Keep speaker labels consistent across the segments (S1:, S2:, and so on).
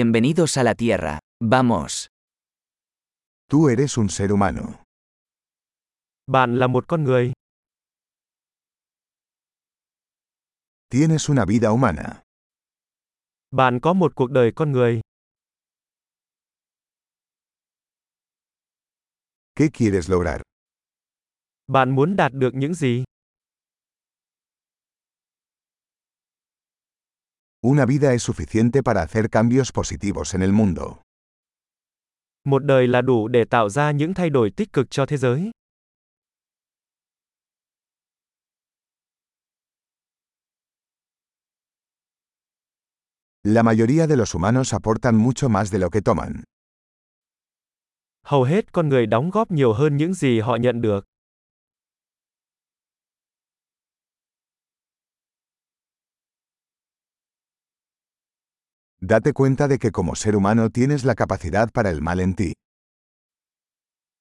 S1: Bienvenidos a la Tierra. Vamos.
S2: Tú eres un ser humano.
S3: Bạn là một con người,
S2: Tienes una vida humana.
S3: bạn có một cuộc đời con người,
S2: ¿Qué quieres lograr?
S3: bạn muốn đạt được những gì?
S2: Una vida es suficiente para hacer cambios positivos en el mundo.
S3: Một đời là đủ để tạo ra những thay đổi tích cực cho thế giới.
S2: La mayoría de los humanos aportan mucho más de lo que toman.
S3: Hầu hết con người đóng góp nhiều hơn những gì họ nhận được.
S2: Date cuenta de que como ser humano tienes la capacidad para el mal en ti.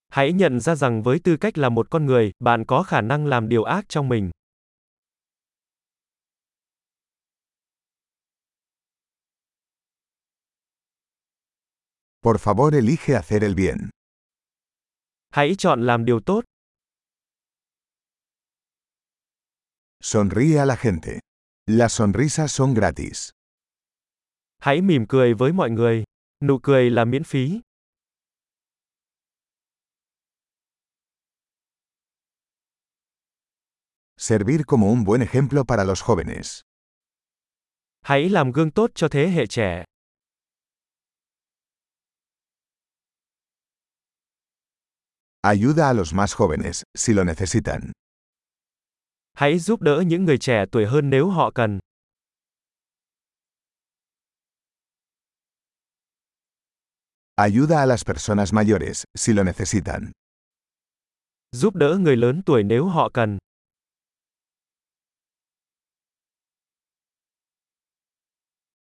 S3: Hãy nhận ra rằng với tư cách là một con người, bạn có khả năng làm điều ác trong mình.
S2: Por favor, elige hacer el bien.
S3: Hãy chọn làm điều tốt,
S2: Sonríe a la gente. Las sonrisas son gratis.
S3: hãy mỉm cười với mọi người. Nụ cười là miễn phí.
S2: Servir como un buen ejemplo para los jóvenes.
S3: Hãy làm gương tốt cho thế hệ trẻ.
S2: Ayuda a los más jóvenes, si lo necesitan.
S3: Hãy giúp đỡ những người trẻ tuổi hơn nếu họ cần.
S2: Ayuda a las personas mayores, si lo necesitan.
S3: Giúp đỡ người lớn tuổi nếu họ cần.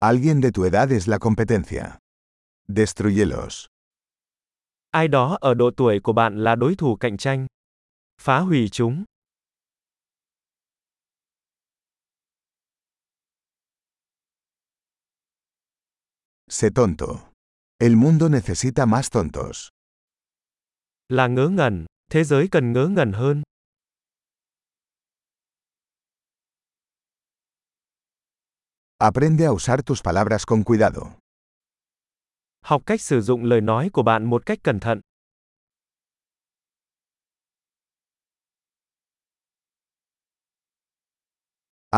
S2: Alguien de tu edad es la competencia. Destruyelos.
S3: Ai đó ở độ tuổi của bạn là đối thủ cạnh tranh. Phá hủy chúng.
S2: Sé tonto. El mundo necesita más tontos.
S3: Là ngớ ngẩn, thế giới cần ngớ ngẩn hơn.
S2: Aprende a usar tus palabras con cuidado.
S3: Học cách sử dụng lời nói của bạn một cách cẩn thận.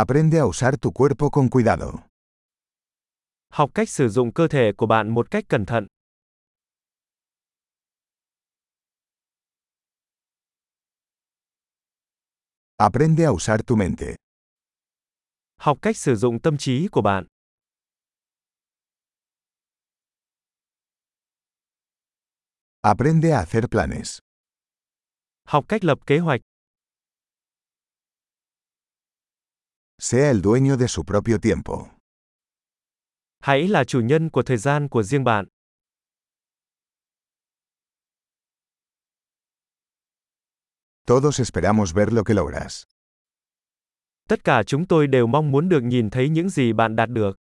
S2: Aprende a usar tu cuerpo con cuidado.
S3: Học cách sử dụng cơ thể của bạn một cách cẩn thận.
S2: Aprende a usar tu mente.
S3: Học cách sử dụng tâm trí của bạn.
S2: Aprende a hacer planes.
S3: Học cách lập kế hoạch.
S2: Sea el dueño de su propio tiempo.
S3: Hãy là chủ nhân của thời gian của riêng bạn.
S2: Todos esperamos ver lo que logras.
S3: Tất cả chúng tôi đều mong muốn được nhìn thấy những gì bạn đạt được.